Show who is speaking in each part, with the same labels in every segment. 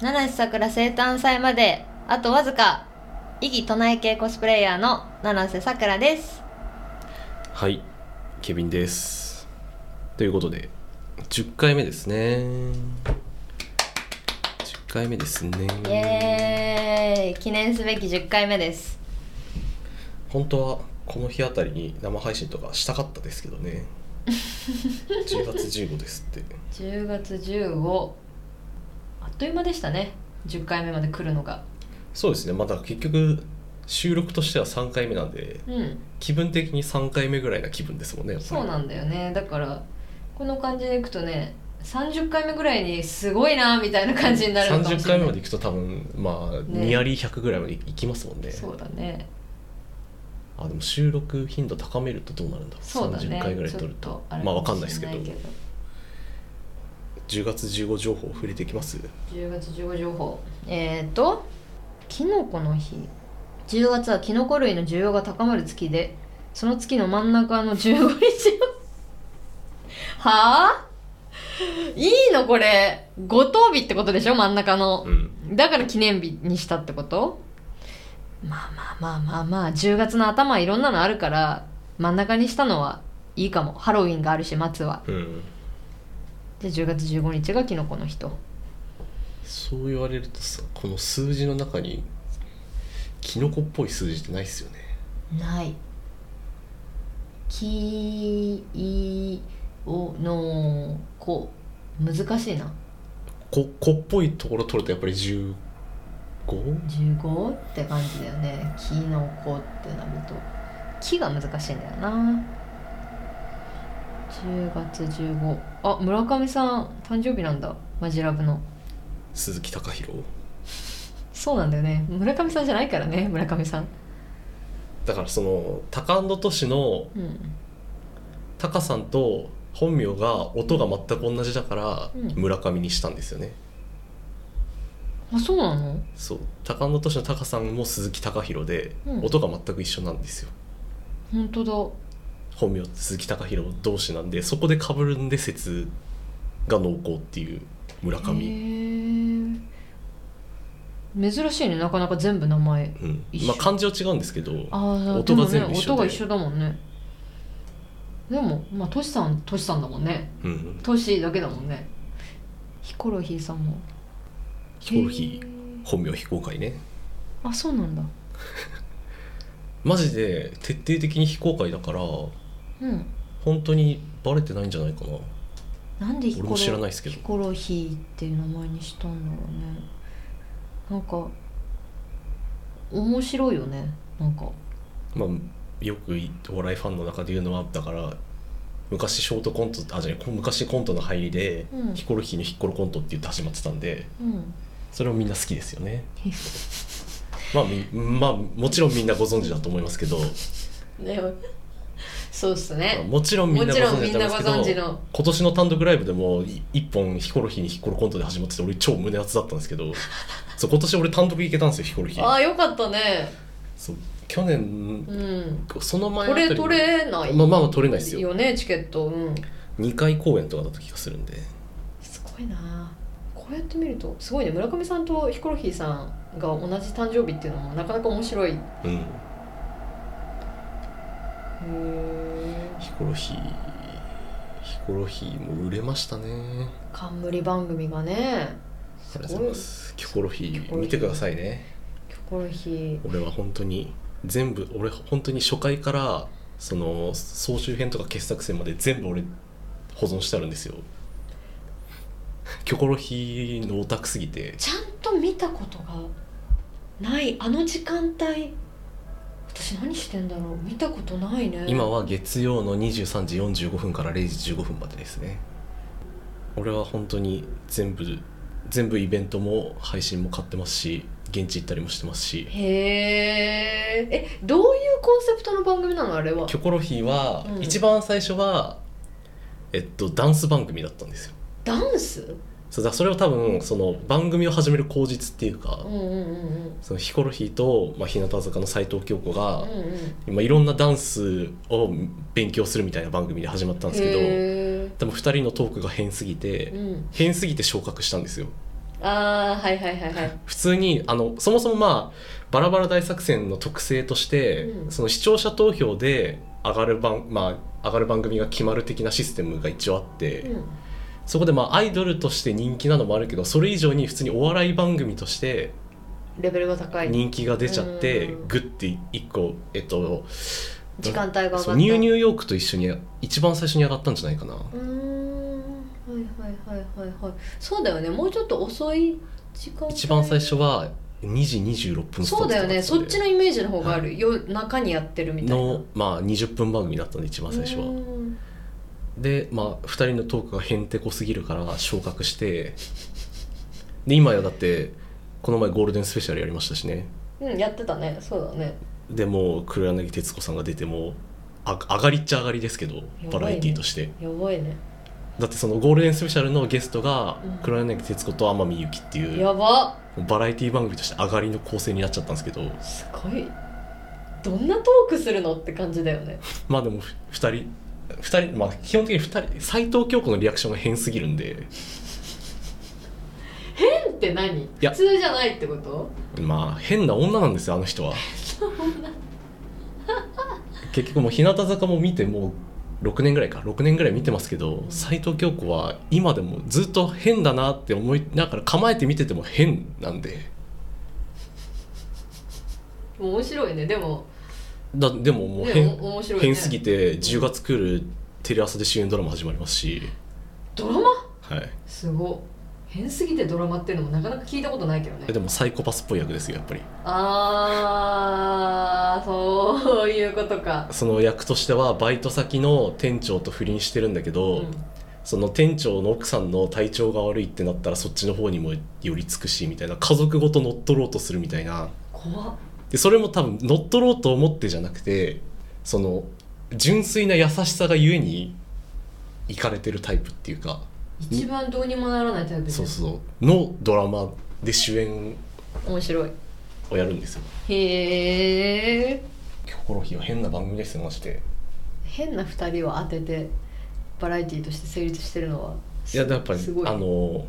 Speaker 1: 七瀬さくら生誕祭まであとわずか異議唱え系コスプレイヤーの七瀬さくらです
Speaker 2: はいケビンですということで10回目ですね10回目ですね
Speaker 1: イエーイ記念すべき10回目です
Speaker 2: 本当はこの日あたりに生配信とかしたかったですけど ね10月15ですって
Speaker 1: 10月15あっという間でしたね10回目まで来るのが
Speaker 2: そうですねまだ結局収録としては3回目なんで
Speaker 1: うん
Speaker 2: 気分的に3回目ぐらいな気分ですもんねやっぱり
Speaker 1: そうなんだよねだからこの感じでいくとね30回目ぐらいにすごいなみたいな感じになるのかも
Speaker 2: 30
Speaker 1: しれな
Speaker 2: 回目
Speaker 1: い
Speaker 2: までいくと多分まあ、
Speaker 1: ね
Speaker 2: ニアリー100ぐらいまでいきますもんね
Speaker 1: そうだね
Speaker 2: あでも収録頻度高めるとどうなるんだろう
Speaker 1: そうだね
Speaker 2: 30回ぐらい撮る
Speaker 1: ちょっ
Speaker 2: と
Speaker 1: あれ
Speaker 2: まあわ
Speaker 1: も
Speaker 2: かんないで
Speaker 1: し
Speaker 2: すけ
Speaker 1: れ
Speaker 2: ど10月15情報触れていきます
Speaker 1: 10月15情報えっ、ー、とキノコの日10月はキノコ類の需要が高まる月でその月の真ん中の15日をはあ いいのこれ五等日ってことでしょ真ん中の
Speaker 2: うん
Speaker 1: だから記念日にしたってことまあまあまあまあまあ10月の頭はいろんなのあるから真ん中にしたのはいいかもハロウィンがあるし末は
Speaker 2: うん
Speaker 1: じゃあ10月15日がキノコの日と
Speaker 2: そう言われるとさこの数字の中にキノコっぽい数字ってないっすよね
Speaker 1: ないきいおのこ難しいな
Speaker 2: ここっぽいところ取るとやっぱり 15?
Speaker 1: 15って感じだよねきのこってなるときが難しいんだよな10月15あ村上さん誕生日なんだマジラブの
Speaker 2: 鈴木貴弘
Speaker 1: そうなんだよね村上さんじゃないからね村上さん
Speaker 2: だからその高安都市の
Speaker 1: うん
Speaker 2: 高さんと本名が音が全く同じだから
Speaker 1: うん
Speaker 2: 村上にしたんですよね、
Speaker 1: あそうなの
Speaker 2: そう高安都市の高さんも鈴木貴弘で、
Speaker 1: うん
Speaker 2: 音が全く一緒なんですよ
Speaker 1: 本当だ
Speaker 2: 本名鈴木貴弘同士なんでそこで被るんで説が濃厚っていう村
Speaker 1: へ
Speaker 2: 上、
Speaker 1: ー珍しいねなかなか全部名前
Speaker 2: うん
Speaker 1: 一緒
Speaker 2: まあ漢字は違うんですけど
Speaker 1: ああ
Speaker 2: 音が全部一緒で
Speaker 1: 音が一緒だもんねでもまあトシさんトシさんだもんね
Speaker 2: うん
Speaker 1: トシだけだもんねヒコロヒーさんも
Speaker 2: ヒコロヒ
Speaker 1: へー
Speaker 2: ー本名非公開ね
Speaker 1: あそうなんだ
Speaker 2: マジで徹底的に非公開だから
Speaker 1: うん
Speaker 2: 本当にバレてないんじゃないかな
Speaker 1: なんでヒコロ
Speaker 2: 俺も知らないですけど
Speaker 1: ヒコロヒーっていう名前にしたんだろうねなんか面白いよねなんか
Speaker 2: まあよくいお笑いファンの中で言うのはだから昔ショートコントあじゃあこ昔コントの入りで、
Speaker 1: うん
Speaker 2: ヒコロヒーのヒコロコントって言って始まってたんで
Speaker 1: うん
Speaker 2: それもみんな好きですよ ねまあみまあもちろんみんなご存知だと思いますけど
Speaker 1: ねそうっす
Speaker 2: まあ
Speaker 1: ね
Speaker 2: もちろんみんなご
Speaker 1: もちろん
Speaker 2: 存
Speaker 1: み
Speaker 2: 知
Speaker 1: んな
Speaker 2: だ
Speaker 1: ご
Speaker 2: と思
Speaker 1: 存
Speaker 2: うん
Speaker 1: 知
Speaker 2: ですけ
Speaker 1: の
Speaker 2: ど今年の単独ライブでもい一本ヒコロヒーにヒコロコントで始まってて俺超胸熱だったんです けどそう今年俺単独行けたんですよヒコロヒ
Speaker 1: あ
Speaker 2: ー
Speaker 1: あよかったね
Speaker 2: そう去年
Speaker 1: うん
Speaker 2: その前あ
Speaker 1: こ
Speaker 2: たり
Speaker 1: れ取れない
Speaker 2: まあまあまあ取れないですよ
Speaker 1: よねチケットうん
Speaker 2: 2回公演とかだった気がするんです
Speaker 1: ごいなこうやって見るとすごいね村上さんとヒコロヒーさんが同じ誕生日っていうのもなかなか面白いへ
Speaker 2: うん
Speaker 1: え
Speaker 2: ヒコロヒーヒコロヒーも売れましたね
Speaker 1: 冠番組がね
Speaker 2: あ
Speaker 1: す
Speaker 2: り
Speaker 1: ご
Speaker 2: が
Speaker 1: い
Speaker 2: とうございますヒコロヒ
Speaker 1: ヒコロヒー
Speaker 2: ー見てくださいね
Speaker 1: ヒコロヒー
Speaker 2: 俺は本当に全部俺本当に初回からその総集編とか傑作選まで全部俺保存してあるんですよキョコロヒーのオタクすぎて
Speaker 1: ちゃんと見たことがないあの時間帯私何してんだろう見たことないね
Speaker 2: 今は月曜の23時45分から0時15分までですね俺は本当に全部全部イベントも配信も買ってますし現地行ったりもしてますし
Speaker 1: へええどういうコンセプトの番組なのあれは
Speaker 2: キョコロヒーは
Speaker 1: うん
Speaker 2: 一番最初は、えっとダンス番組だったんですよ
Speaker 1: ダンス
Speaker 2: そうだそれを多分その番組を始める口実っていうか、
Speaker 1: うんうんうん
Speaker 2: そのヒコロヒーと、まあ、日向坂の斎藤京子が、
Speaker 1: うんうんうん
Speaker 2: 今いろんなダンスを勉強するみたいな番組で始まったんですけど
Speaker 1: へ
Speaker 2: でも2人のトークが変すぎて、
Speaker 1: ーうん
Speaker 2: 変すぎて昇格したんですよ
Speaker 1: ああはいはいはいはい
Speaker 2: 普通にあのそもそもまあバラバラ大作戦の特性として、
Speaker 1: うん
Speaker 2: その視聴者投票で上がる番まあ上がる番組が決まる的なシステムが一応あって、
Speaker 1: うん
Speaker 2: そこでまあアイドルとして人気なのもあるけどそれ以上に普通にお笑い番組として
Speaker 1: レベルが高い
Speaker 2: 人気が出ちゃって、
Speaker 1: うん
Speaker 2: グッて一個えっと
Speaker 1: 時間帯が上がった
Speaker 2: そうニューニューヨークと一緒に一番最初に上がったんじゃないかな、
Speaker 1: うーんはいはいはいはいはいそうだよねもうちょっと遅い時間帯
Speaker 2: 一番最初は2時26分スタ
Speaker 1: そ
Speaker 2: ート
Speaker 1: うだよね
Speaker 2: ったん
Speaker 1: そ
Speaker 2: で
Speaker 1: っちのイメージの方がある、夜中にやってるみたいな
Speaker 2: の、まあ、20分番組だったんで一番最初は
Speaker 1: うーん
Speaker 2: で、まあ、2人のトークがへんてこすぎるから昇格してで今やだってこの前ゴールデンスペシャルやりましたしね
Speaker 1: うんやってたねそうだね
Speaker 2: でもう黒柳徹子さんが出てもあ上がりっちゃ上がりですけど
Speaker 1: ね
Speaker 2: バラエティーとして、
Speaker 1: やばいね
Speaker 2: だってそのゴールデンスペシャルのゲストが
Speaker 1: うん
Speaker 2: 黒柳徹子と天海祐希っていう
Speaker 1: やば
Speaker 2: バラエティー番組として上がりの構成になっちゃったんですけど
Speaker 1: すごいどんなトークするのって感じだよね
Speaker 2: まあでもふ2人二人まあ基本的に2人斎藤京子のリアクションが変すぎるんで
Speaker 1: 変って何
Speaker 2: や
Speaker 1: 普通じゃないってこと
Speaker 2: まあ変な女なんですよあの人は結局もう日向坂も見てもう6年ぐらいか6年ぐらい見てますけど斎藤京子は今でもずっと変だなって思いながら構えて見てても変なんで
Speaker 1: 面白いねでも
Speaker 2: だでももう
Speaker 1: ね
Speaker 2: 変,、
Speaker 1: お面白いね
Speaker 2: 変すぎて10月クールテレ朝で主演ドラマ始まりますし、
Speaker 1: ドラマ
Speaker 2: はい、
Speaker 1: すごっ変すぎてドラマっていうのもなかなか聞いたことないけどね
Speaker 2: えでもサイコパスっぽい役ですよやっぱり
Speaker 1: あーそういうことか、
Speaker 2: その役としてはバイト先の店長と不倫してるんだけ
Speaker 1: う
Speaker 2: ど、
Speaker 1: ん、
Speaker 2: その店長の奥さんの体調が悪いってなったらそっちの方にも寄りつくしみたいな家族ごと乗っ取ろうとするみたいな
Speaker 1: 怖っ
Speaker 2: でそれも多分乗っ取ろうと思ってじゃなくてその純粋な優しさがゆえにいかれてるタイプっていうか
Speaker 1: 一番どうにもならないタイプで
Speaker 2: そうそうのドラマで主演
Speaker 1: 面白い
Speaker 2: をやるんですよ
Speaker 1: へえ
Speaker 2: 心日は変な番組ですよマジで
Speaker 1: 変な2人を当ててバラエティーとして成立してるのはい
Speaker 2: ややっぱり
Speaker 1: すごい
Speaker 2: あの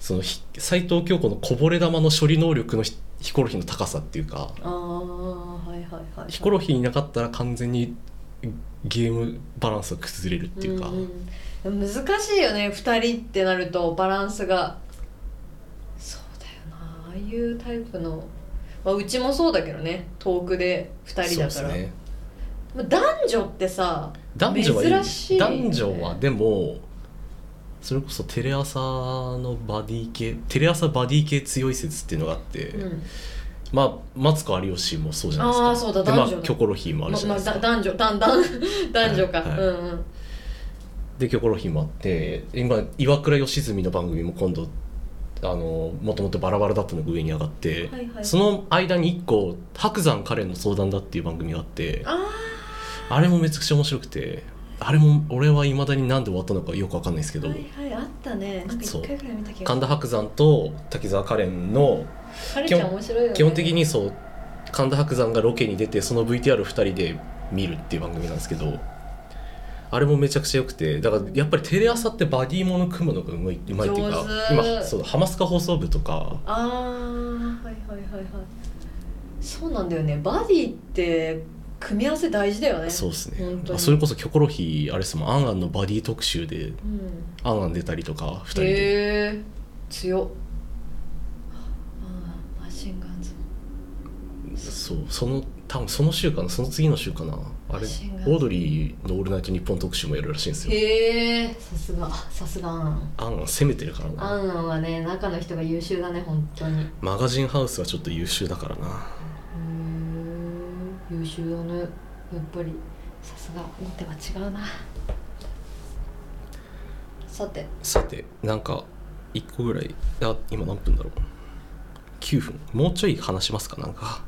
Speaker 2: その斎藤京子のこぼれ球の処理能力のひヒコロヒーの高さっていうか
Speaker 1: あーはいはいはい
Speaker 2: ヒコロヒーいなかったら完全にゲームバランスが崩れるっていうか、
Speaker 1: うんうん難しいよね2人ってなるとバランスがそうだよなああいうタイプの、まあ、うちもそうだけどね遠くで2人だ
Speaker 2: そ
Speaker 1: か
Speaker 2: う
Speaker 1: ら、
Speaker 2: ですね
Speaker 1: まあ男女ってさ
Speaker 2: 男女はいい
Speaker 1: 珍しいよね
Speaker 2: 男女はでもそれこそテレ朝のバディ系テレ朝バディ系強い説っていうのがあって、
Speaker 1: うん
Speaker 2: まあマツコ有吉もそうじゃないですか
Speaker 1: あーそうだ
Speaker 2: でまあ
Speaker 1: 男女だ
Speaker 2: キョコロヒーもある
Speaker 1: ま
Speaker 2: じゃな
Speaker 1: ま
Speaker 2: い
Speaker 1: あ、
Speaker 2: ですか、
Speaker 1: だ男女だんだん 男女か、
Speaker 2: はいはい
Speaker 1: うんうん
Speaker 2: でキョコロヒーもあって今岩倉良純の番組も今度あのもともとバラバラだったのが上に上がって、
Speaker 1: はいはい
Speaker 2: その間に1個「白山彼の相談だ」っていう番組があってあ
Speaker 1: あ
Speaker 2: れもめちゃくちゃ面白くてあれも俺はいまだに何で終わったのかよく分かんないですけ
Speaker 1: あ
Speaker 2: ど、
Speaker 1: はいはいあったねなんか
Speaker 2: そう
Speaker 1: 1回くらい見た気が
Speaker 2: 神田白山と滝沢カレンの
Speaker 1: カレンちゃん面白いよね
Speaker 2: 基本的にそう神田伯山がロケに出てその VTR を2人で見るっていう番組なんですけどあれもめちゃくちゃ良くてだからやっぱりテレ朝ってバディもの組むのがうまいうまいっていうか
Speaker 1: 上手
Speaker 2: 今そうハマスカ放送部とか
Speaker 1: ああはいはいはいはいそうなんだよねバディって組み合わせ大事だよね
Speaker 2: そうですね
Speaker 1: 本当に
Speaker 2: まあそれこそキョコロヒーあれですもんアンアンのバディ特集で
Speaker 1: うん
Speaker 2: アンアン出たりとか2人で
Speaker 1: へえ強っあーマシンガンズ
Speaker 2: そうその多分その週かなその次の週かなあれオ
Speaker 1: マシンガンズ
Speaker 2: ードリーの「オールナイトニッポン」特集もやるらしいんですよ
Speaker 1: へえさすがさすがアン
Speaker 2: アンアン攻めてるから
Speaker 1: アンア
Speaker 2: な
Speaker 1: ンアンはね中の人が優秀だね本当にへ
Speaker 2: マガジンハウスはちょっと優秀だからな
Speaker 1: え優秀だねやっぱりさすが持っては違うなさて
Speaker 2: さてなんか1個ぐらいあ今何分だろう9分もうちょい話しますかなんか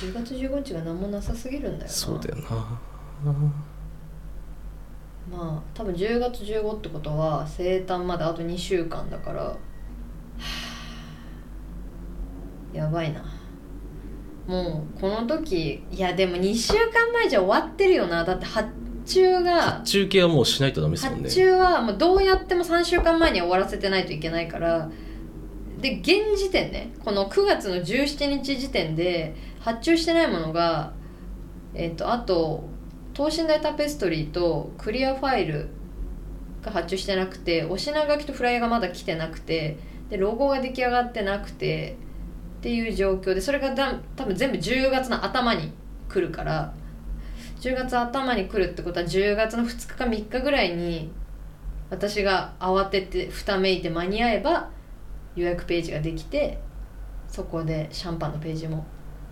Speaker 1: 10月15日が何もなさすぎるんだよな
Speaker 2: そうだよな
Speaker 1: まあ多分10月15ってことは生誕まであと2週間だからはあやばいなもうこの時いやでも2週間前じゃ終わってるよなだっては注が
Speaker 2: 発注系はもうしないとダメですもんね
Speaker 1: 発注はもうどうやっても3週間前には終わらせてないといけないからで現時点ねこの9月の17日時点で発注してないものが、えっとあと等身大タペストリーとクリアファイルが発注してなくてお品書きとフライがまだ来てなくてでロゴが出来上がってなくてっていう状況でそれがだ多分全部10月の頭に来るから10月頭に来るってことは10月の2日か3日ぐらいに私が慌てて蓋めいて間に合えば予約ページができてそこでシャンパンのページも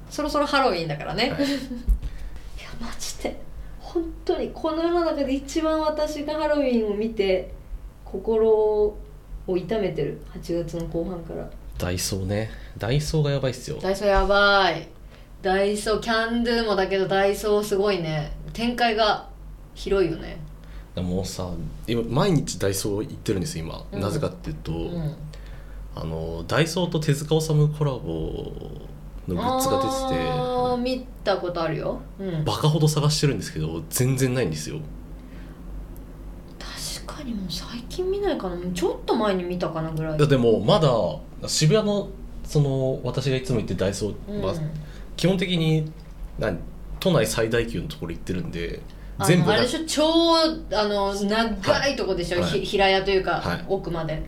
Speaker 1: そろそろハロウィンだからね、
Speaker 2: はい
Speaker 1: い、やマジで本当にこの世の中で一番私がハロウィンを見て心を痛めてる8月の後半から
Speaker 2: ダイソーねダイソーがやばいっすよ
Speaker 1: ダイソーやばいダイソーキャンドゥもだけどダイソーすごいね展開が広いよね
Speaker 2: もうさ今毎日ダイソー行ってるんですよ今、
Speaker 1: うん
Speaker 2: なぜかっていうと、
Speaker 1: うん
Speaker 2: あのダイソーと手塚治虫コラボのグッズが出てて
Speaker 1: あー見たことあるよ、うん、
Speaker 2: バカほど探してるんですけど全然ないんですよ
Speaker 1: 確かにもう最近見ないかなもうちょっと前に見たかなぐらい
Speaker 2: いやでもまだ渋谷のその私がいつも行ってるダイ
Speaker 1: う
Speaker 2: ソ
Speaker 1: ん
Speaker 2: ーは、基本的に何都内最大級のところ行ってるんで全部
Speaker 1: あのあ
Speaker 2: な
Speaker 1: れでしょ超あの長いとこでしょ、
Speaker 2: はい
Speaker 1: ひ平屋というか、
Speaker 2: はい
Speaker 1: 奥まで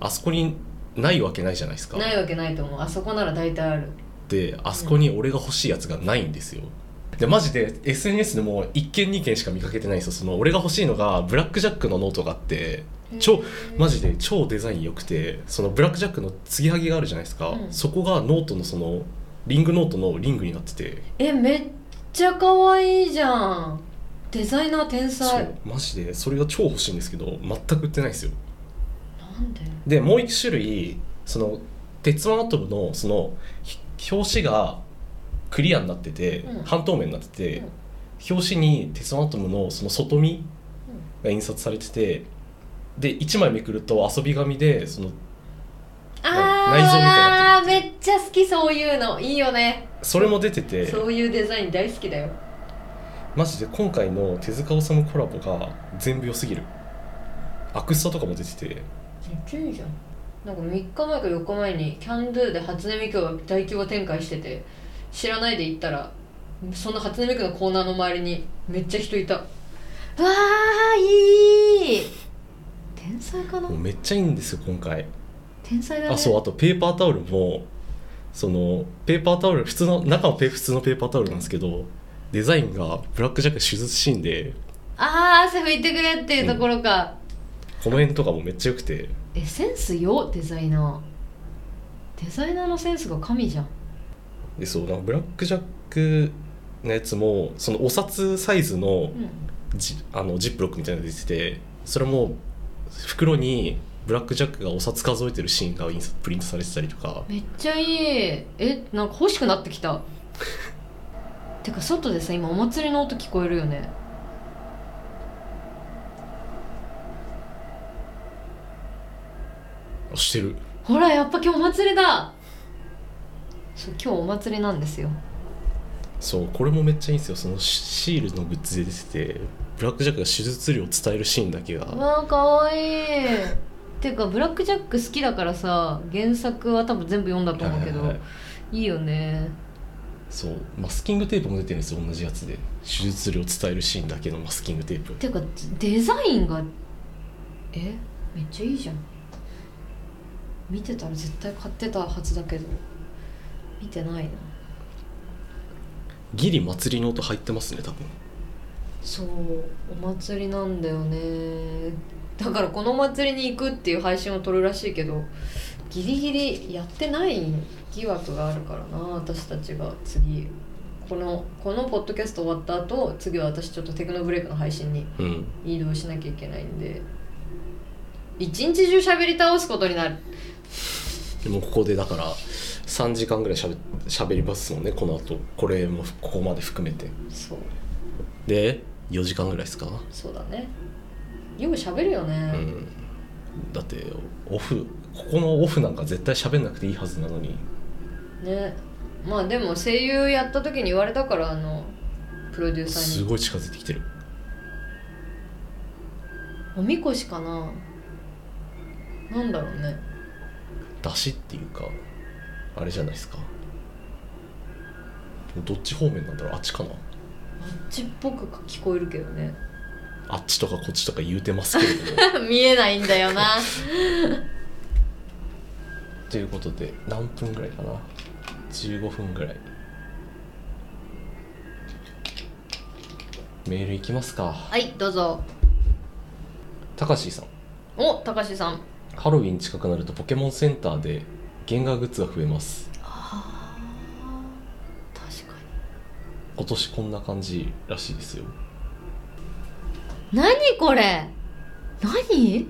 Speaker 2: あそこにないわけないじゃないですか
Speaker 1: ないわけないと思うあそこなら大体ある
Speaker 2: であそこに俺が欲しいやつがないんですよでマジで SNS でも1件2件しか見かけてないんですよその俺が欲しいのがブラックジャックのノートがあって超マジで超デザイン良くてそのブラックジャックの継ぎはぎがあるじゃないですか、
Speaker 1: うん
Speaker 2: そこがノートのそのリングノートのリングになってて
Speaker 1: えめっちゃ可愛いじゃんデザイナー天
Speaker 2: そ
Speaker 1: 才
Speaker 2: うマジでそれが超欲しいんですけど全く売ってないんですよ
Speaker 1: なんで
Speaker 2: でもう一種類その鉄腕アトムのそのひ表紙がクリアになってて、
Speaker 1: うん
Speaker 2: 半透明になってて、
Speaker 1: うん
Speaker 2: 表紙に鉄腕アトムのその外見が印刷されててで1枚めくると遊び紙でその内臓みたいに
Speaker 1: あ
Speaker 2: な
Speaker 1: ーめっちゃ好きそういうのいいよね
Speaker 2: それも出てて
Speaker 1: そういうデザイン大好きだよ
Speaker 2: マジで今回の手塚治虫コラボが全部良すぎるアクスタとかも出てて
Speaker 1: めっちゃいいじゃんなんか3日前か4日前にキャンドゥで初音ミクが大規模展開してて知らないで行ったらその初音ミクのコーナーの周りにめっちゃ人いたわあいい天才かな
Speaker 2: もうめっちゃいいんですよ今回
Speaker 1: 天才だね
Speaker 2: あそうあとペーパータオルもそのペーパータオル普通の中はペ普通のペーパータオルなんですけどデザインがブラックジャック手術シーンで
Speaker 1: あー汗拭いてくれっていうところか、
Speaker 2: この辺とかもめっちゃ良くて
Speaker 1: えセンスよデザイナーデザイナーのセンスが神じゃん
Speaker 2: でそうなんかブラックジャックのやつもそのお札サイズのジあのジップロックみたいなの出ててそれも袋にブラックジャックがお札数えてるシーンが印刷プリントされてたりとか
Speaker 1: めっちゃいいえなんか欲しくなってきた てか外でさ今お祭りの音聞こえるよね
Speaker 2: あしてる
Speaker 1: ほらやっぱ今日お祭りだそう今日お祭りなんですよ
Speaker 2: そうこれもめっちゃいいんですよそのシシールのグッズで出ててブラックジャックが手術量を伝えるシーンだけが
Speaker 1: わあかわいいてかブラックジャック好きだからさ原作は多分全部読んだと思うけど、
Speaker 2: はいいはいいはい
Speaker 1: よね
Speaker 2: そうマスキングテープも出てるんですよ同じやつで手術量を伝えるシーンだけのマスキングテープ
Speaker 1: てかデザインがえめっちゃいいじゃん見てたら絶対買ってたはずだけど見てないな
Speaker 2: ギリ祭りの音入ってますね多分
Speaker 1: そうお祭りなんだよねだからこのお祭りに行くっていう配信を撮るらしいけどギリギリやってない疑惑があるからな私たちが次このこのポッドキャスト終わった後次は私ちょっとテクノブレイクの配信に
Speaker 2: うん
Speaker 1: 移動しなきゃいけないんで一日中喋り倒すことになる
Speaker 2: でもここでだから3時間ぐらいしゃべりますもんねこの後これもここまで含めて
Speaker 1: そう
Speaker 2: で4時間ぐらいですか
Speaker 1: そうだねよく喋るよね、
Speaker 2: うんだってオフここのオフなんか絶対喋んなくていいはずなのに
Speaker 1: ねまあでも声優やった時に言われたからあのプロデューサーに
Speaker 2: すごい近づいてきてる
Speaker 1: おみこしかななんだろうね
Speaker 2: 出汁っていうかあれじゃないですかどっち方面なんだろうあっちかな
Speaker 1: あっちっぽく聞こえるけどね
Speaker 2: あっちとかこっちとか言うてますけれど も
Speaker 1: 見えないんだよな
Speaker 2: ということで何分ぐらいかな15分ぐらいメールいきます か
Speaker 1: はいどうぞ
Speaker 2: たかしさん
Speaker 1: おたかしさん
Speaker 2: ハロウィン近くなるとポケモンセンターでゲンガーグッズが増えます
Speaker 1: あー確か
Speaker 2: 今年こんな感じらしいですよ
Speaker 1: に何これ何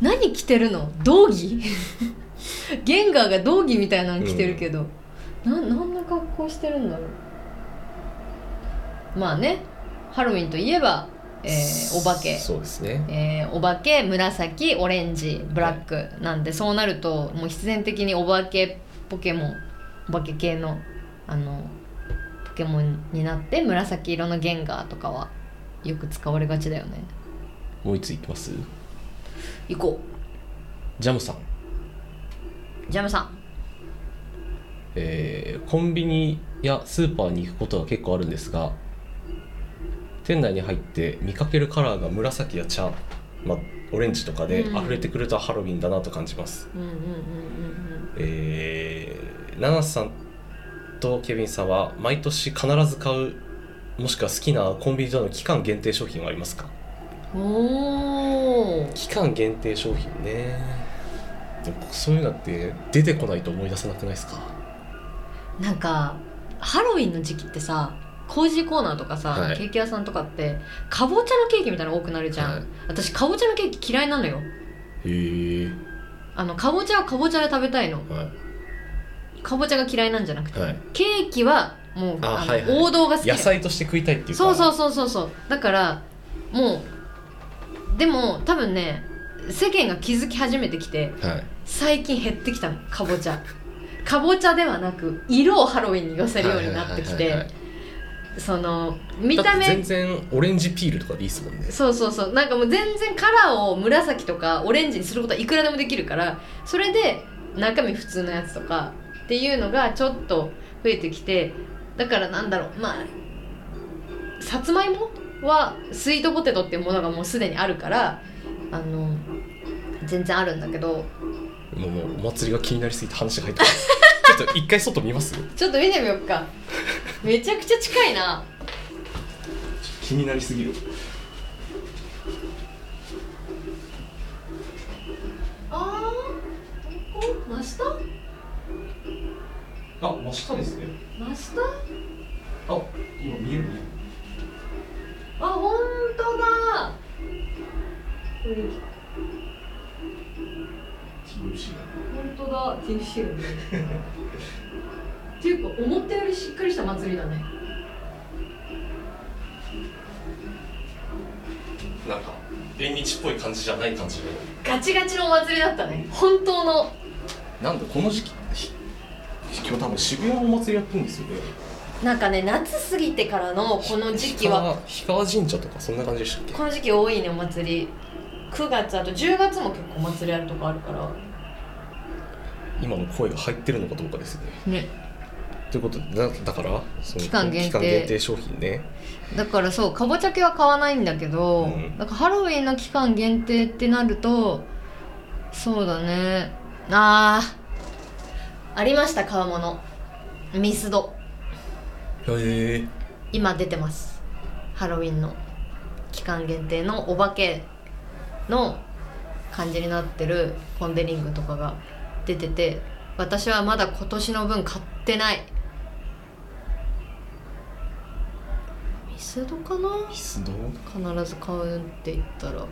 Speaker 1: 何着てるの道着 ゲンガーが道着みたいなの着てるけど、な何の格好してるんだろうまあねハロウィンといえば、えーお化け
Speaker 2: そうです
Speaker 1: え
Speaker 2: ね
Speaker 1: ーお化け紫オレンジブラックなんでそうなるともう必然的にお化けポケモンお化け系のあのポケモンになって紫色のゲンガーとかはよく使われがちだよね
Speaker 2: もう一ついきます
Speaker 1: 行こ
Speaker 2: ジャムさん
Speaker 1: うジャムさん
Speaker 2: えーコンビニやスーパーに行くことが結構あるんですが店内に入って見かけるカラーが紫や茶、まあ、オレンジとかで
Speaker 1: うん
Speaker 2: 溢れてくるとハロウィンだなと感じます、
Speaker 1: うんうんうん
Speaker 2: えーナナさんとケビンさんは毎年必ず買うもしくは好きなコンビニとの期間限定商品はありますか
Speaker 1: うんうんおお
Speaker 2: 期間限定商品ねでもそういうのって出てこないと思い出さなくないですか
Speaker 1: なんかハロウィンの時期ってさ工事コーナーとかさ、
Speaker 2: はい
Speaker 1: ケーキ屋さんとかってかぼちゃのケーキみたいなの多くなるじゃん、
Speaker 2: はい
Speaker 1: 私かぼちゃのケーキ嫌いなのよ
Speaker 2: へえ
Speaker 1: あのかぼちゃはかぼちゃで食べたいの
Speaker 2: は
Speaker 1: かぼちゃが嫌いなんじゃなくて
Speaker 2: い、はい、
Speaker 1: ケーキはもう
Speaker 2: あ
Speaker 1: あの
Speaker 2: はいはい
Speaker 1: 王道が好きな
Speaker 2: 野
Speaker 1: の
Speaker 2: 菜として食いたいっていうか
Speaker 1: そうそう
Speaker 2: う
Speaker 1: そうそうそうだからもうでも多分ね世間が気づき始めてきて
Speaker 2: はい
Speaker 1: 最近減ってきたのかぼちゃ かぼちゃではなく色をハロウィンに寄せるようになってき
Speaker 2: はいはいはい
Speaker 1: て
Speaker 2: はい
Speaker 1: その見
Speaker 2: だ
Speaker 1: た
Speaker 2: って全
Speaker 1: 目
Speaker 2: 然オレンジピールとかでいいですもんね
Speaker 1: そうそうそうなんかもう全然カラーを紫とかオレンジにすることはいくらでもできるからそれで中身普通のやつとかっていうのがちょっと増えてきてだからなんだろうまあさつまいもはスイートポテトっていうものがもうすでにあるからあの全然あるんだけど
Speaker 2: もうもうお祭りが気になりすぎて話が入ってますちょっと一回外見ます
Speaker 1: ちょっと見てみようかめちゃくちゃ近いな
Speaker 2: 気になりすぎる
Speaker 1: あーここ真下
Speaker 2: あ真下ですね
Speaker 1: 真下
Speaker 2: あ今見えるね
Speaker 1: あ本当だ本当だ TFC がねっていうか思ったよりしっかりした祭りだね
Speaker 2: なんか縁日っぽい感じじゃない感じで
Speaker 1: ガチガチのお祭りだったね本当の
Speaker 2: なんだこの時期ひ今日多分渋谷のお祭りやってるんですよね
Speaker 1: なんかね夏過ぎてからのこの時期は
Speaker 2: 氷川神社とかそんな感じでしたっけ
Speaker 1: この時期多いねお祭り9月あと10月も結構お祭りあるとこあるから
Speaker 2: 今の声が入ってるのかどうかですね
Speaker 1: ね
Speaker 2: ということでだだからその
Speaker 1: 期間限定
Speaker 2: 期間限定商品ね
Speaker 1: だからそうかぼちゃ系は買わないんだけど
Speaker 2: うん
Speaker 1: なんかハロウィンの期間限定ってなるとそうだねあーありました買うものミスド
Speaker 2: へえ
Speaker 1: 今出てますハロウィンの期間限定のお化けの感じになってるポン・デ・リングとかが出てて私はまだ今年の分買ってないミスドかな
Speaker 2: 必須道
Speaker 1: 必ず買うって言ったら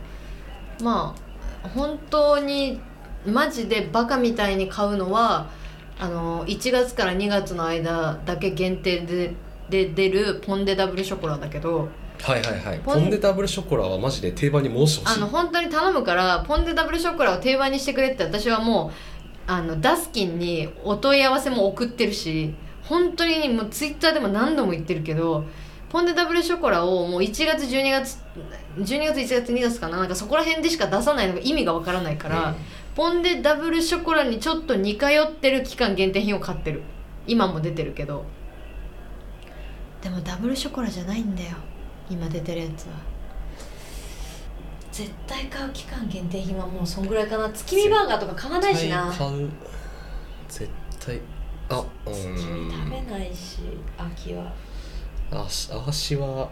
Speaker 1: まあ本当にマジでバカみたいに買うのはあの1月から2月の間だけ限定でで出るポン・デ・ダブルショコラだけど
Speaker 2: はいはいはい
Speaker 1: ポ
Speaker 2: ポ
Speaker 1: ン
Speaker 2: ンデダブルショコラはマジで定番に戻してほ
Speaker 1: あ
Speaker 2: しい
Speaker 1: の本当に頼むからポン・デ・ダブルショコラを定番にしてくれって私はもうあのダスキンにお問い合わせも送ってるし本当にもうツイッターでも何度も言ってるけどポンデダブルショコラをもう1月12月12月1月2月かななんかそこら辺でしか出さないのが意味がわからないから、
Speaker 2: うん
Speaker 1: ポンデダブルショコラにちょっと似通ってる期間限定品を買ってる今も出てるけどでもダブルショコラじゃないんだよ今出てるやつは絶対買う期間限定品はもうそんぐらいかな月見バーガーとか買わないしな
Speaker 2: 絶対買う絶対あう
Speaker 1: 食べ
Speaker 2: ん
Speaker 1: ないし秋は
Speaker 2: あしあしは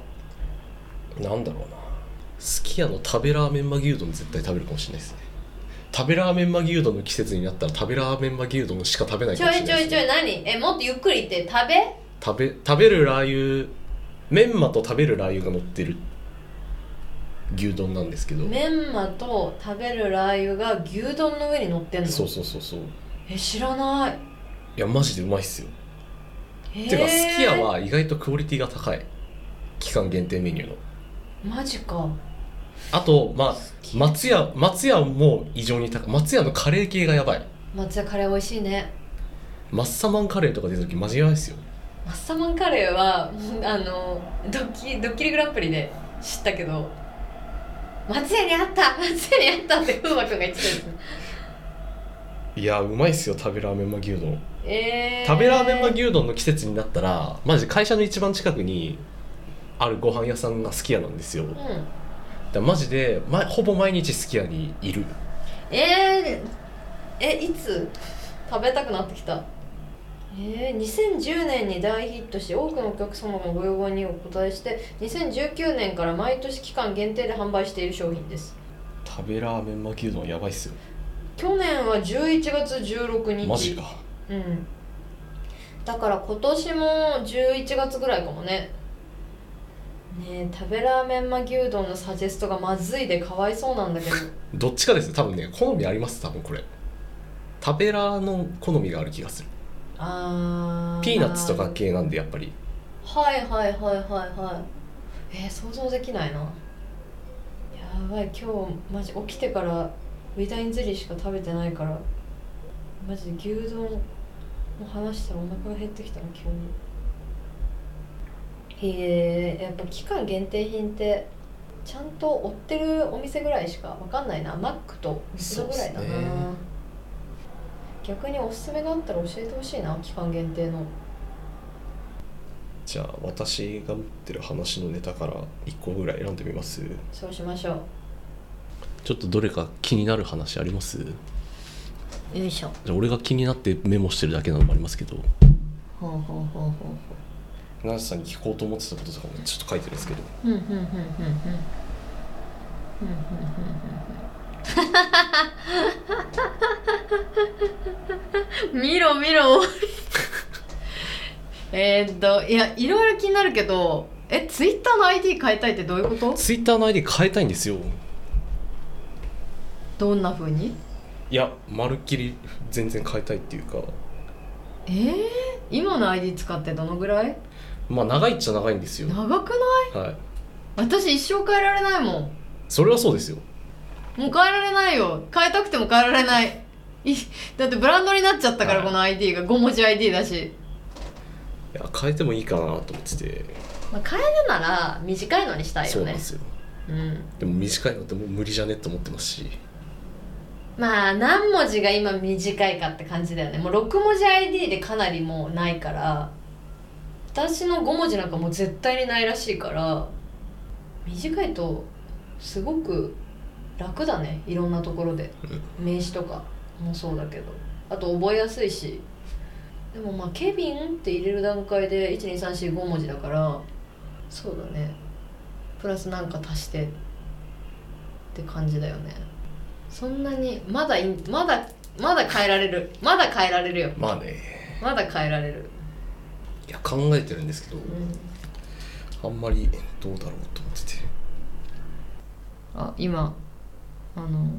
Speaker 2: なんだろうなすき家の食べラーメンマ牛丼絶対食べるかもしれないですね食べラーメンマ牛丼の季節になったら食べラーメンマ牛丼しか食べない
Speaker 1: ち
Speaker 2: か
Speaker 1: ょ
Speaker 2: もしれ
Speaker 1: いち
Speaker 2: な
Speaker 1: ょ
Speaker 2: い
Speaker 1: い
Speaker 2: です
Speaker 1: ちょい
Speaker 2: ね
Speaker 1: 何えもっとゆっくり言って食べ
Speaker 2: 食べ食べるラー油メンマと食べるラー油が乗ってる牛丼なんですけど
Speaker 1: メンマと食べるラー油が牛丼の上に乗ってんの
Speaker 2: そうそうそうそうい
Speaker 1: え知らない
Speaker 2: やマジでうまいっすよ
Speaker 1: へえ
Speaker 2: てかすき家は意外とクオリティが高い期間限定メニューの
Speaker 1: マジか
Speaker 2: あとまあ松屋松屋も異常に高い松屋のカレー系がやばい
Speaker 1: 松屋カレー美味しいね
Speaker 2: マッサマンカレーとか出た時マジやばいっすよ
Speaker 1: マッサマンカレーはうんあのドッキドッキリグランプリで知ったけど松屋にあった松屋にあったって風磨くんが言ってたやつ
Speaker 2: いやうまいっすよ食べラーメンマ牛丼
Speaker 1: えー、
Speaker 2: 食べラーメンマ牛丼の季節になったらマジ会社の一番近くにあるご飯屋さんがすき家なんですよだか
Speaker 1: うん
Speaker 2: らマジで、ま、ほぼ毎日すき家にいる
Speaker 1: えー、えいつ食べたくなってきたえー、2010年に大ヒットし多くのお客様のご要望にお応えして2019年から毎年期間限定で販売している商品です
Speaker 2: 食べラーメンマ牛丼やばいっすよ
Speaker 1: 去年は11月16日
Speaker 2: マジか
Speaker 1: うんだから今年も11月ぐらいかもねねえ食べラーメンマ牛丼のサジェストがまずいでかわいそうなんだけ ど
Speaker 2: どっちかですよ多分ね好みあります多分これ食べラーの好みがある気がする
Speaker 1: あー
Speaker 2: ピーナッツとか系なんでやっぱり
Speaker 1: はいはいはいはいはいえー、想像できないなやばい今日マジ起きてからウィダインゼリーしか食べてないからマジで牛丼の話したらお腹が減ってきたの急にへえー、やっぱ期間限定品ってちゃんと追ってるお店ぐらいしかわかんないなマックと一度ぐらいだな、
Speaker 2: そうっすね
Speaker 1: 逆におすすめがあったら教えてほしいな期間限定の
Speaker 2: じゃあ私が持ってる話のネタから1個ぐらい選んでみます
Speaker 1: そうしましょう
Speaker 2: ちょっとどれか気になる話ありますじ
Speaker 1: よいしょ
Speaker 2: ゃあ俺が気になってメモしてるだけなのもありますけど
Speaker 1: ほうほうほうほうほ
Speaker 2: ナンシさんに聞こうと思ってたこととかもちょっと書いてるんですけど
Speaker 1: うふんふんふんふんふんふんふんふんふんふんふん見ろ見ろえーっといやいろいろ気になるけどえツイッターの ID 変えたいってどういうこと
Speaker 2: ツイッターの ID 変えたいんですよ
Speaker 1: どんなふうに
Speaker 2: いやまるっきり全然変えたいっていうか
Speaker 1: えー、今の ID 使ってどのぐらい
Speaker 2: まあ長いっちゃ長いんですよ
Speaker 1: 長くない
Speaker 2: はい
Speaker 1: 私一生変えられないもん
Speaker 2: それはそうですよ
Speaker 1: もう変えられないよ変えたくても変えられないいだってブランドになっちゃったから、
Speaker 2: はい
Speaker 1: この ID が5文字 ID だし、
Speaker 2: いや変えてもいいかなと思ってて
Speaker 1: まあ、変えるなら短いのにしたい
Speaker 2: そう
Speaker 1: よ
Speaker 2: なん
Speaker 1: ね
Speaker 2: ですよ
Speaker 1: うん
Speaker 2: でも短いのってもう無理じゃねって思ってますし
Speaker 1: まあ何文字が今短いかって感じだよねもう6文字 ID でかなりもうないから私の5文字なんかもう絶対にないらしいから短いとすごく楽だねいろんなところで名刺とかもそうだけどあと覚えやすいしでもまあ「ケビン」って入れる段階で12345文字だからそうだねプラスなんか足してって感じだよねそんなにまだいんまだまだ変えられるまだ変えられるよ
Speaker 2: まあね
Speaker 1: まだ変えられる、
Speaker 2: いや考えてるんですけど
Speaker 1: うん、
Speaker 2: あんまりどうだろうと思ってて
Speaker 1: あ今あの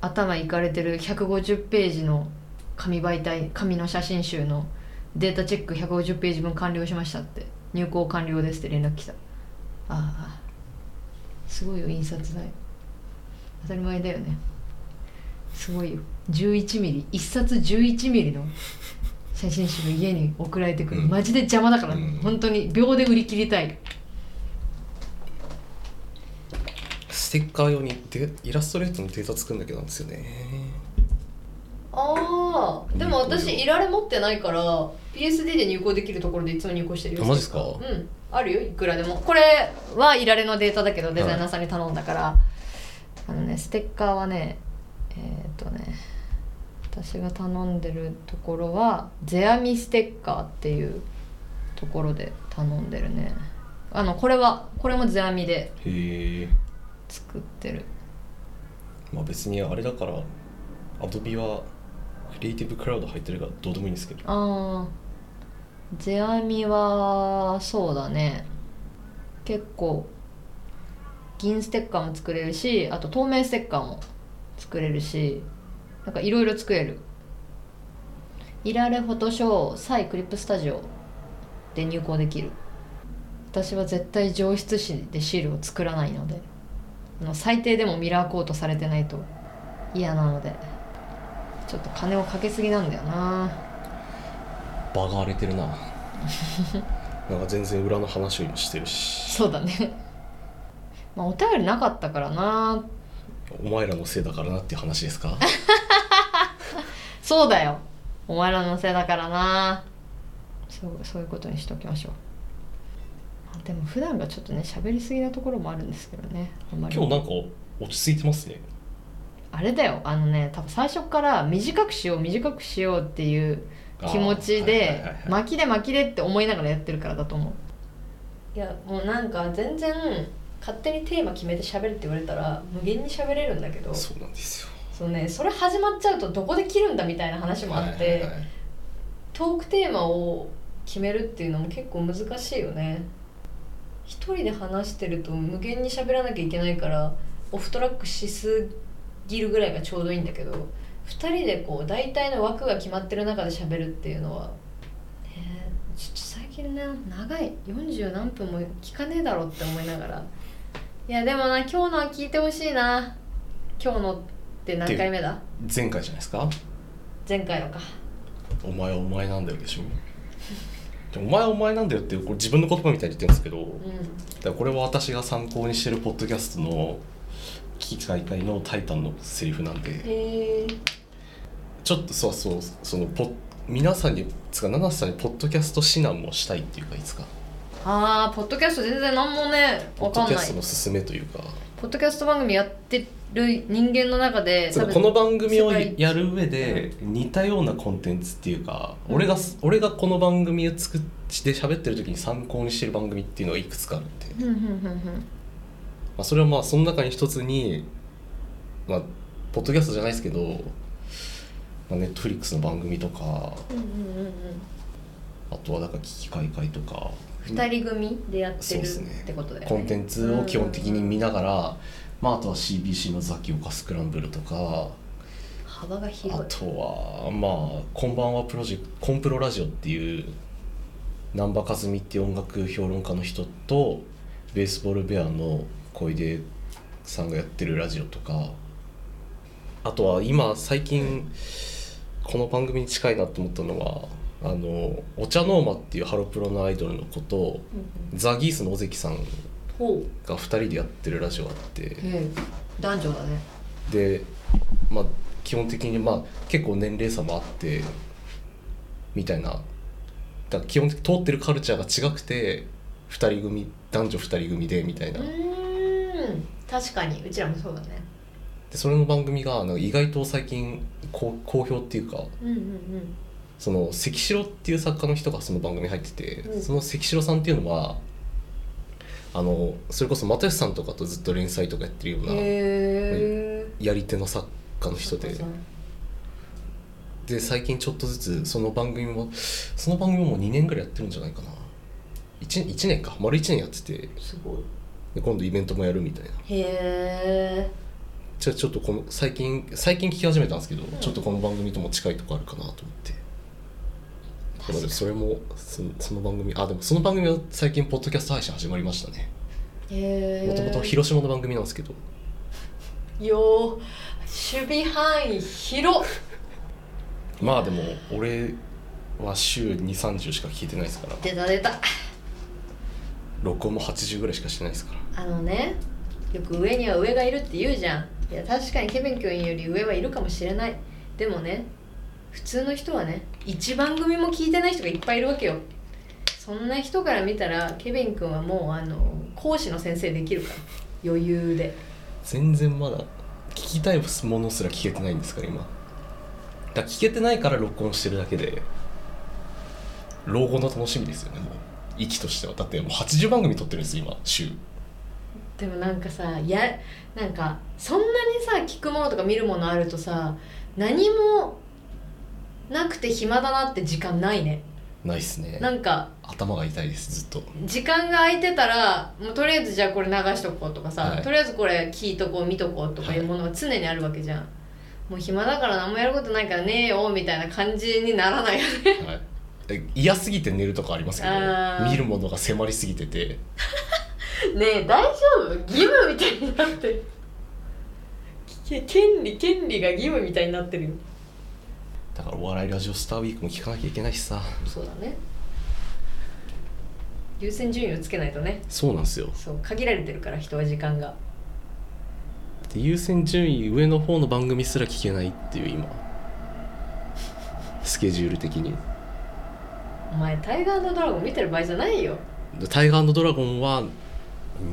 Speaker 1: 頭いかれてる150ページの紙媒体紙の写真集のデータチェック150ページ分完了しましたって入稿完了ですって連絡来たああすごいよ印刷代当たり前だよねすごいよ11ミリ一冊11ミリの写真集が家に送られてくる、
Speaker 2: うん
Speaker 1: マジで邪魔だから、
Speaker 2: うん
Speaker 1: 本当に秒で売り切りたい
Speaker 2: テッカー用にでイラストレートのデータ作るんだけどなんですよね
Speaker 1: ああでも私いられ持ってないから PSD で入稿できるところでいつも入稿してるよ
Speaker 2: あマジっすか
Speaker 1: うんあるよいくらでもこれはいられのデータだけどデザイナーさんに頼んだから、あのねステッカーはねえーっとね私が頼んでるところはゼアミステッカーっていうところで頼んでるねあのこれはこれもゼアミで
Speaker 2: へえ
Speaker 1: 作ってる
Speaker 2: まあ別にあれだからアドビはクリエイティブクラウド入ってるからどうでもいいんですけど
Speaker 1: ああ世阿弥はそうだね結構銀ステッカーも作れるしあと透明ステッカーも作れるしなんかいろいろ作れるいられフォトショーサイクリップスタジオで入稿できる私は絶対上質紙でシールを作らないのであの最低でもミラーコートされてないと嫌なのでちょっと金をかけすぎなんだよな
Speaker 2: 場が荒れてる ななんか全然裏の話を今してるし
Speaker 1: そうだね まあお便りなかったからな
Speaker 2: お前らのせいだからなっていう話ですか
Speaker 1: そうだよお前らのせいだからなそうそういうことにしておきましょうまあでも普段がちょっとね喋りすぎなところもあるんですけどねあんまり
Speaker 2: 今日なんか落ち着いてますね
Speaker 1: あれだよあのね多分最初から短くしよう短くしようっていう気持ち
Speaker 2: あーはいはい
Speaker 1: で
Speaker 2: はいはい
Speaker 1: 巻きで巻きでって思いながらやってるからだと思ういやもうなんか全然勝手にテーマ決めて喋るって言われたら無限に喋れるんだけど
Speaker 2: そうなんですよ
Speaker 1: そうねそれ始まっちゃうとどこで切るんだみたいな話もあって、
Speaker 2: はいはいはい
Speaker 1: トークテーマを決めるっていうのも結構難しいよね一人で話してると無限に喋らなきゃいけないからオフトラックしすぎるぐらいがちょうどいいんだけど二人でこう大体の枠が決まってる中で喋るっていうのはねえちょっと最近ね長い40何分も聞かねえだろって思いながらいやでもな今日のは聞いてほしいな今日のって何回目だ
Speaker 2: 前回じゃないですか
Speaker 1: 前回のか
Speaker 2: お前はお前なんだよでしょでもお前はお前なんだよってこれ自分の言葉みたいに言ってるんですけど
Speaker 1: うん
Speaker 2: だからこれは私が参考にしてるポッドキャストの機械会の「タイタン」のセリフなんで
Speaker 1: へえ
Speaker 2: ちょっとそうそうそのポ皆さんにつか七瀬さんにポッドキャスト指南もしたいっていうかいつか
Speaker 1: あーポッドキャスト全然何もね
Speaker 2: ポ
Speaker 1: わ
Speaker 2: ッド
Speaker 1: かん
Speaker 2: キャ
Speaker 1: ない
Speaker 2: ストの勧めというか
Speaker 1: ポッドキャスト番組やってる人間の中で
Speaker 2: そ
Speaker 1: 多
Speaker 2: う
Speaker 1: 分
Speaker 2: この番組を
Speaker 1: 世界一
Speaker 2: やる上で似たようなコンテンツっていうか、
Speaker 1: うん
Speaker 2: 俺が俺がこの番組を作って喋ってる時に参考にしてる番組っていうのがいくつかあるんで、ま
Speaker 1: ふんふんふんふん
Speaker 2: あ、それはまあその中に一つに、まあ、ポッドキャストじゃないですけど、まあ、ネットフリックスの番組とか
Speaker 1: うんうんうんうん
Speaker 2: あとはなんか危機開会とか
Speaker 1: 二人組でやって
Speaker 2: そう
Speaker 1: る
Speaker 2: ですね
Speaker 1: ってことだよね
Speaker 2: コンテンツを基本的に見ながら、まあ、あとは CBC の「ザキオカスクランブル」とか
Speaker 1: 幅が
Speaker 2: あ
Speaker 1: 広い
Speaker 2: とはまあ「こんばんはプロジェクト」「コンプロラジオ」っていう難波和美っていう音楽評論家の人とベースボールベアの小出さんがやってるラジオとかあとは今最近この番組に近いなと思ったのはあのお茶ノーマっていうハロプロのアイドルの子と
Speaker 1: うんうん
Speaker 2: ザ・ギースの尾関さん
Speaker 1: ほう
Speaker 2: が2人でやってるラジオがあって
Speaker 1: へえ男女だね
Speaker 2: で、まあ、基本的に、まあ、結構年齢差もあってみたいなだから基本的に通ってるカルチャーが違くて2人組男女2人組でみたいな
Speaker 1: う
Speaker 2: で
Speaker 1: ーん確かにうちらもそうだね
Speaker 2: それの番組がなんか意外と最近好好評っていうか
Speaker 1: うんうん
Speaker 2: その関城っていう作家の人がその番組に入ってて、
Speaker 1: うん
Speaker 2: その関城さんっていうのはあのそれこそ又吉さんとかとずっと連載とかやってるよう
Speaker 1: うん
Speaker 2: な
Speaker 1: へえ
Speaker 2: やり手の作家の人で。で最近ちょっとずつその番組もその番組も2年ぐらいやってるんじゃないかな 1, 1年か丸1年やってて
Speaker 1: すごい
Speaker 2: で今度イベントもやるみたいな
Speaker 1: へえ
Speaker 2: じゃあちょっとこの最近最近聞き始めたんですけど、
Speaker 1: ん
Speaker 2: ちょっとこの番組とも近いとこあるかなと思って
Speaker 1: 確
Speaker 2: な
Speaker 1: か
Speaker 2: の
Speaker 1: に
Speaker 2: でそれもそその番組あでもその番組は最近ポッドキャスト配信始まりましたね
Speaker 1: へえ
Speaker 2: もともと広島の番組なんですけど
Speaker 1: よー守備範囲広っ
Speaker 2: まあでも俺は週230しか聞いてないですから
Speaker 1: 出た出た
Speaker 2: 録音も80ぐらいしかしてないですから
Speaker 1: あのねよく上には上がいるって言うじゃんいや確かにケビン教員より上はいるかもしれないでもね普通の人はね1番組も聞いてない人がいっぱいいるわけよそんな人から見たらケビン君はもうあの講師の先生できるから余裕で
Speaker 2: 全然まだ聞きたいものすら聞けてないんですから今だから聞けてないから録音してるだけで老後の楽しみですよねもう息としてはだってもう80番組撮ってるんです今週
Speaker 1: でもなんかさやなんかそんなにさ聞くものとか見るものあるとさ何もなくて暇だなって時間ないね
Speaker 2: ないっすね
Speaker 1: なんか
Speaker 2: 頭が痛いですずっと
Speaker 1: 時間が空いてたらもうとりあえずじゃあこれ流しとこうとかさ、
Speaker 2: はい
Speaker 1: とりあえずこれ聞いとこう見とこうとかいうものが常にあるわけじゃん、もう暇だから何もやることないからねえよみたいな感じにならないよね
Speaker 2: はいえ嫌すぎて寝るとかありますけど
Speaker 1: あー
Speaker 2: 見るものが迫りすぎてて
Speaker 1: ねえ大丈夫義務みたいになってる 聞け権利権利が義務みたいになってるよ
Speaker 2: だからお笑いラジオスターウィークも聞かなきゃいけないしさ
Speaker 1: そうだね優先順位をつけないとね
Speaker 2: そうなんですよ
Speaker 1: そう限られてるから人は時間が
Speaker 2: で優先順位上の方の番組すら聞けないっていう今スケジュール的に
Speaker 1: お前タイガードラゴン見てる場合じゃないよ
Speaker 2: でタイガードラゴンは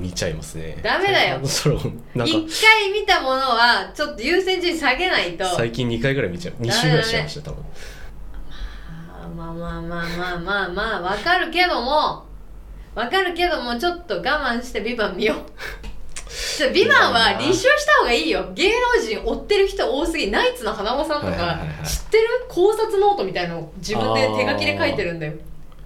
Speaker 2: 見ちゃいますね
Speaker 1: ダメだよ
Speaker 2: タイガードラゴンなん
Speaker 1: 一
Speaker 2: か
Speaker 1: 回見たものはちょっと優先順位下げないと
Speaker 2: 最近2回ぐらい見ちゃう2週ぐらいしちゃいました多分
Speaker 1: あーまあまあまあまあまあまあわかるけどもわかるけどもちょっと我慢して「ビバン見ようちょ ビバンは立証した方がいいよ芸能人追ってる人多すぎナイツの花輪さんとか
Speaker 2: はいはいはいはい
Speaker 1: 知ってる考察ノートみたいのを自分で手書きで書いてるんだよ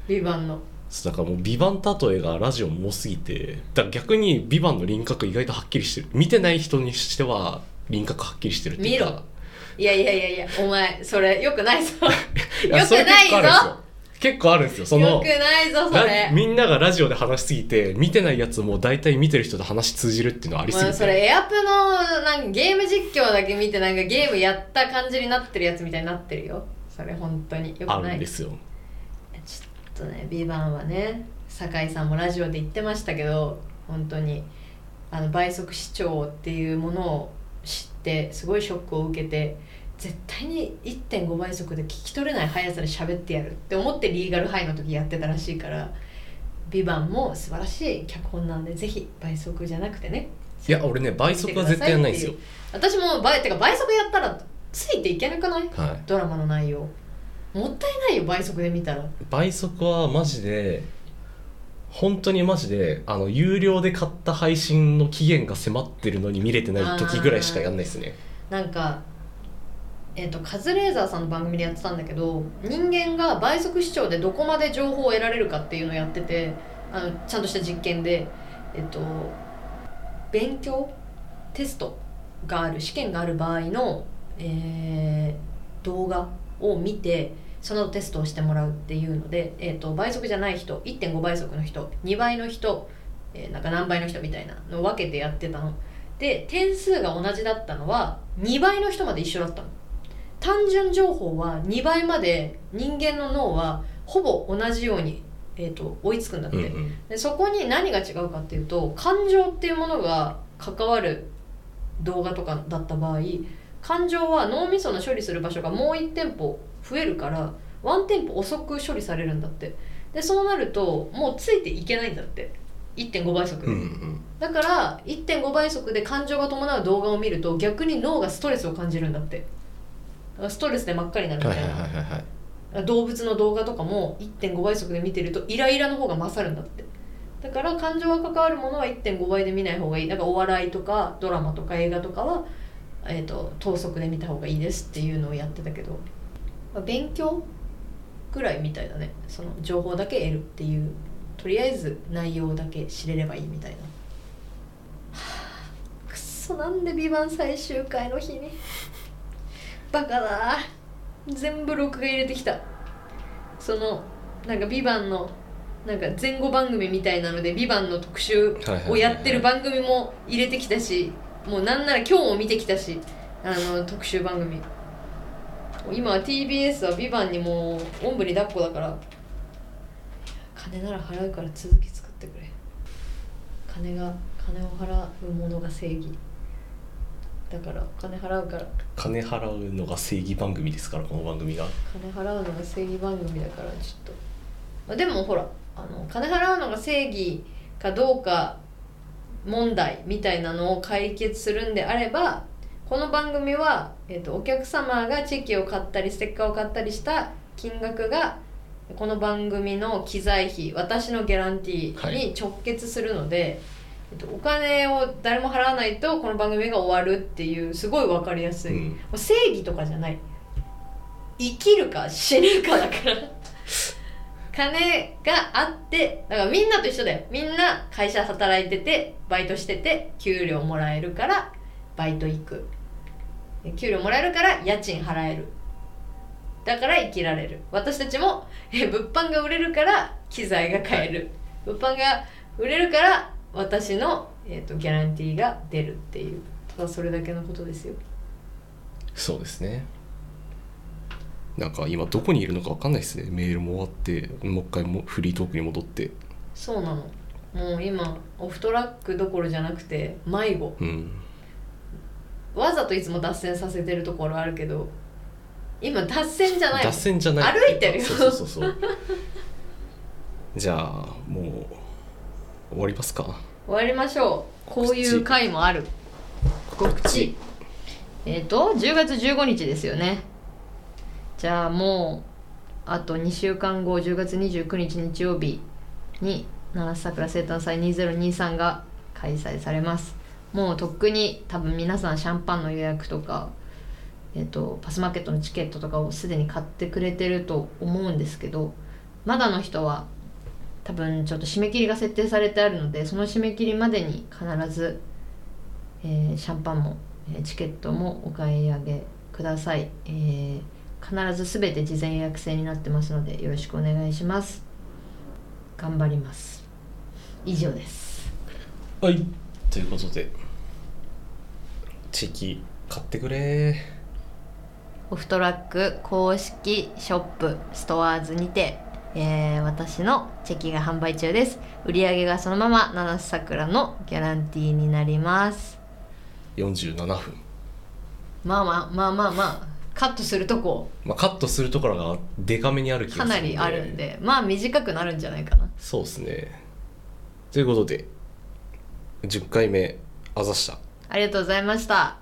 Speaker 1: ビバンの
Speaker 2: そうだからもう「ビバン例えがラジオも多すぎてだから逆に「ビバンの輪郭意外とはっきりしてる見てない人にしては輪郭はっきりしてるっていう
Speaker 1: 見ろ
Speaker 2: か
Speaker 1: いやいやいやいやお前それよくないぞ
Speaker 2: いや
Speaker 1: よくないぞ
Speaker 2: それ結構あるんですよ結構あるんですよ そ
Speaker 1: よ
Speaker 2: の
Speaker 1: くないぞそ
Speaker 2: ラ
Speaker 1: れ
Speaker 2: みんながラジオで話しすぎて見てないやつも大体見てる人と話通じるっていうのはありすぎ
Speaker 1: まあ、
Speaker 2: て
Speaker 1: それエアプのなんかゲーム実況だけ見てなんかゲームやった感じになってるやつみたいになってるよそれ本当によ
Speaker 2: あ
Speaker 1: くな
Speaker 2: るん
Speaker 1: い
Speaker 2: ですよ
Speaker 1: ちょっとね「ビバンはね酒井さんもラジオで言ってましたけど本当にあの倍速視聴っていうものを知ってすごいショックを受けて絶対に1.5倍速で聞き取れない速さで喋ってやるって思ってリーガルハイの時やってたらしいから「ビバンも素晴らしい脚本なんでぜひ倍速じゃなくてね
Speaker 2: いや俺ね倍速は絶対やんないんですよ
Speaker 1: 私も倍てか倍速やったらついていけなくない
Speaker 2: はい
Speaker 1: ドラマの内容もったいないよ倍速で見たら
Speaker 2: 倍速はマジで本当にマジであの有料で買った配信の期限が迫ってるのに見れてない時ぐらいしかやんないですね
Speaker 1: なんか、えー、とカズレーザーさんの番組でやってたんだけど人間が倍速視聴でどこまで情報を得られるかっていうのをやっててあのちゃんとした実験で、えっと勉強テストがある試験がある場合の、えー動画を見てそのテストをしてもらうっていうので、えー、と倍速じゃない人1.5倍速の人2倍の人、えーなんか何倍の人みたいなのを分けてやってたの。で点数が同じだったのは2倍の人まで一緒だったの単純情報は2倍まで人間の脳はほぼ同じように、えー、と追いつくんだって、
Speaker 2: うんうん
Speaker 1: でそこに何が違うかっていうと感情っていうものが関わる動画とかだった場合感情は脳みその処理する場所がもう1店舗増えるからワンテンポ遅く処理されるんだってでそうなるともうついていけないんだって1.5倍速で、
Speaker 2: うんうん
Speaker 1: だから1.5倍速で感情が伴う動画を見ると逆に脳がストレスを感じるんだってだからストレスで真っ赤になるみ
Speaker 2: は
Speaker 1: た
Speaker 2: い
Speaker 1: い
Speaker 2: はい
Speaker 1: な、
Speaker 2: はいはいはい
Speaker 1: 動物の動画とかも1.5倍速で見てるとイライラの方が勝るんだってだから感情が関わるものは1.5倍で見ない方がいいだからお笑いとかドラマとか映画とかは、えー、と等速で見た方がいいですっていうのをやってたけど、まあ勉強ぐらいみたいだねその情報だけ得るっていうとりあえず内容だけ知れればいいみたいなはあくっそなんで「ビバン最終回の日にバカだ全部録画入れてきたそのなんか「ビバンのなんか前後番組みたいなので「ビバンの特集をやってる番組も入れてきたしもうなんなら今日も見てきたしあの特集番組今は TBS は「ビバンにもうおんぶに抱っこだから金なら払うから続き作ってくれ金が金を払うものが正義だからお金払うから
Speaker 2: 金払うのが正義番組ですからこの番組が
Speaker 1: 金払うのが正義番組だからちょっと、まあ、でもほらあの金払うのが正義かどうか問題みたいなのを解決するんであればこの番組は、えっとお客様がチェキを買ったりステッカーを買ったりした金額がこの番組の機材費私のギャランティーに直結するので、えっとお金を誰も払わないとこの番組が終わるっていうすごい分かりやす
Speaker 2: う
Speaker 1: い、
Speaker 2: ん
Speaker 1: もう正義とかじゃない生きるか死ぬかだから金があってだからみんなと一緒だよみんな会社働いててバイトしてて給料もらえるからバイト行くで給料もらえるから家賃払えるだから生きられる私たちもえ物販が売れるから機材が買える、物販が売れるから私の、えー、とギャランティーが出るっていうただそれだけのことですよ
Speaker 2: そうですねなんか今どこにいるのか分かんないですねメールも終わってもう一回もフリートークに戻って
Speaker 1: そうなのもう今オフトラックどころじゃなくて迷子
Speaker 2: うん
Speaker 1: わざといつも脱線させてるところあるけど今脱線じゃない
Speaker 2: 脱線じゃない
Speaker 1: 歩いてるよ
Speaker 2: そうそ うそうそうじゃあもう終わりますか
Speaker 1: 終わりましょうこういう回もある告知えっ、と10月15日ですよねじゃあもうあと2週間後10月29日日曜日に七瀬桜生誕祭2023が開催されますもうとっくに多分皆さんシャンパンの予約とかえっ、とパスマーケットのチケットとかをすでに買ってくれてると思うんですけどまだの人は多分ちょっと締め切りが設定されてあるのでその締め切りまでに必ず、えーシャンパンも、えーチケットもお買い上げください、えー必ず全て事前予約制になってますのでよろしくお願いします頑張ります以上です
Speaker 2: はいということでチェキ買ってくれ
Speaker 1: オフトラック公式ショップストアーズにて、えー私のチェキが販売中です売り上げがそのまま七瀬さくらのギャランティーになります
Speaker 2: 47分
Speaker 1: まあまあまあまあまあカットするとこ
Speaker 2: まあカットするところがデカめにある気がす
Speaker 1: か
Speaker 2: る
Speaker 1: なりあるんでまあ短くなるんじゃないかな
Speaker 2: そうですねということで10回目あざした
Speaker 1: ありがとうございました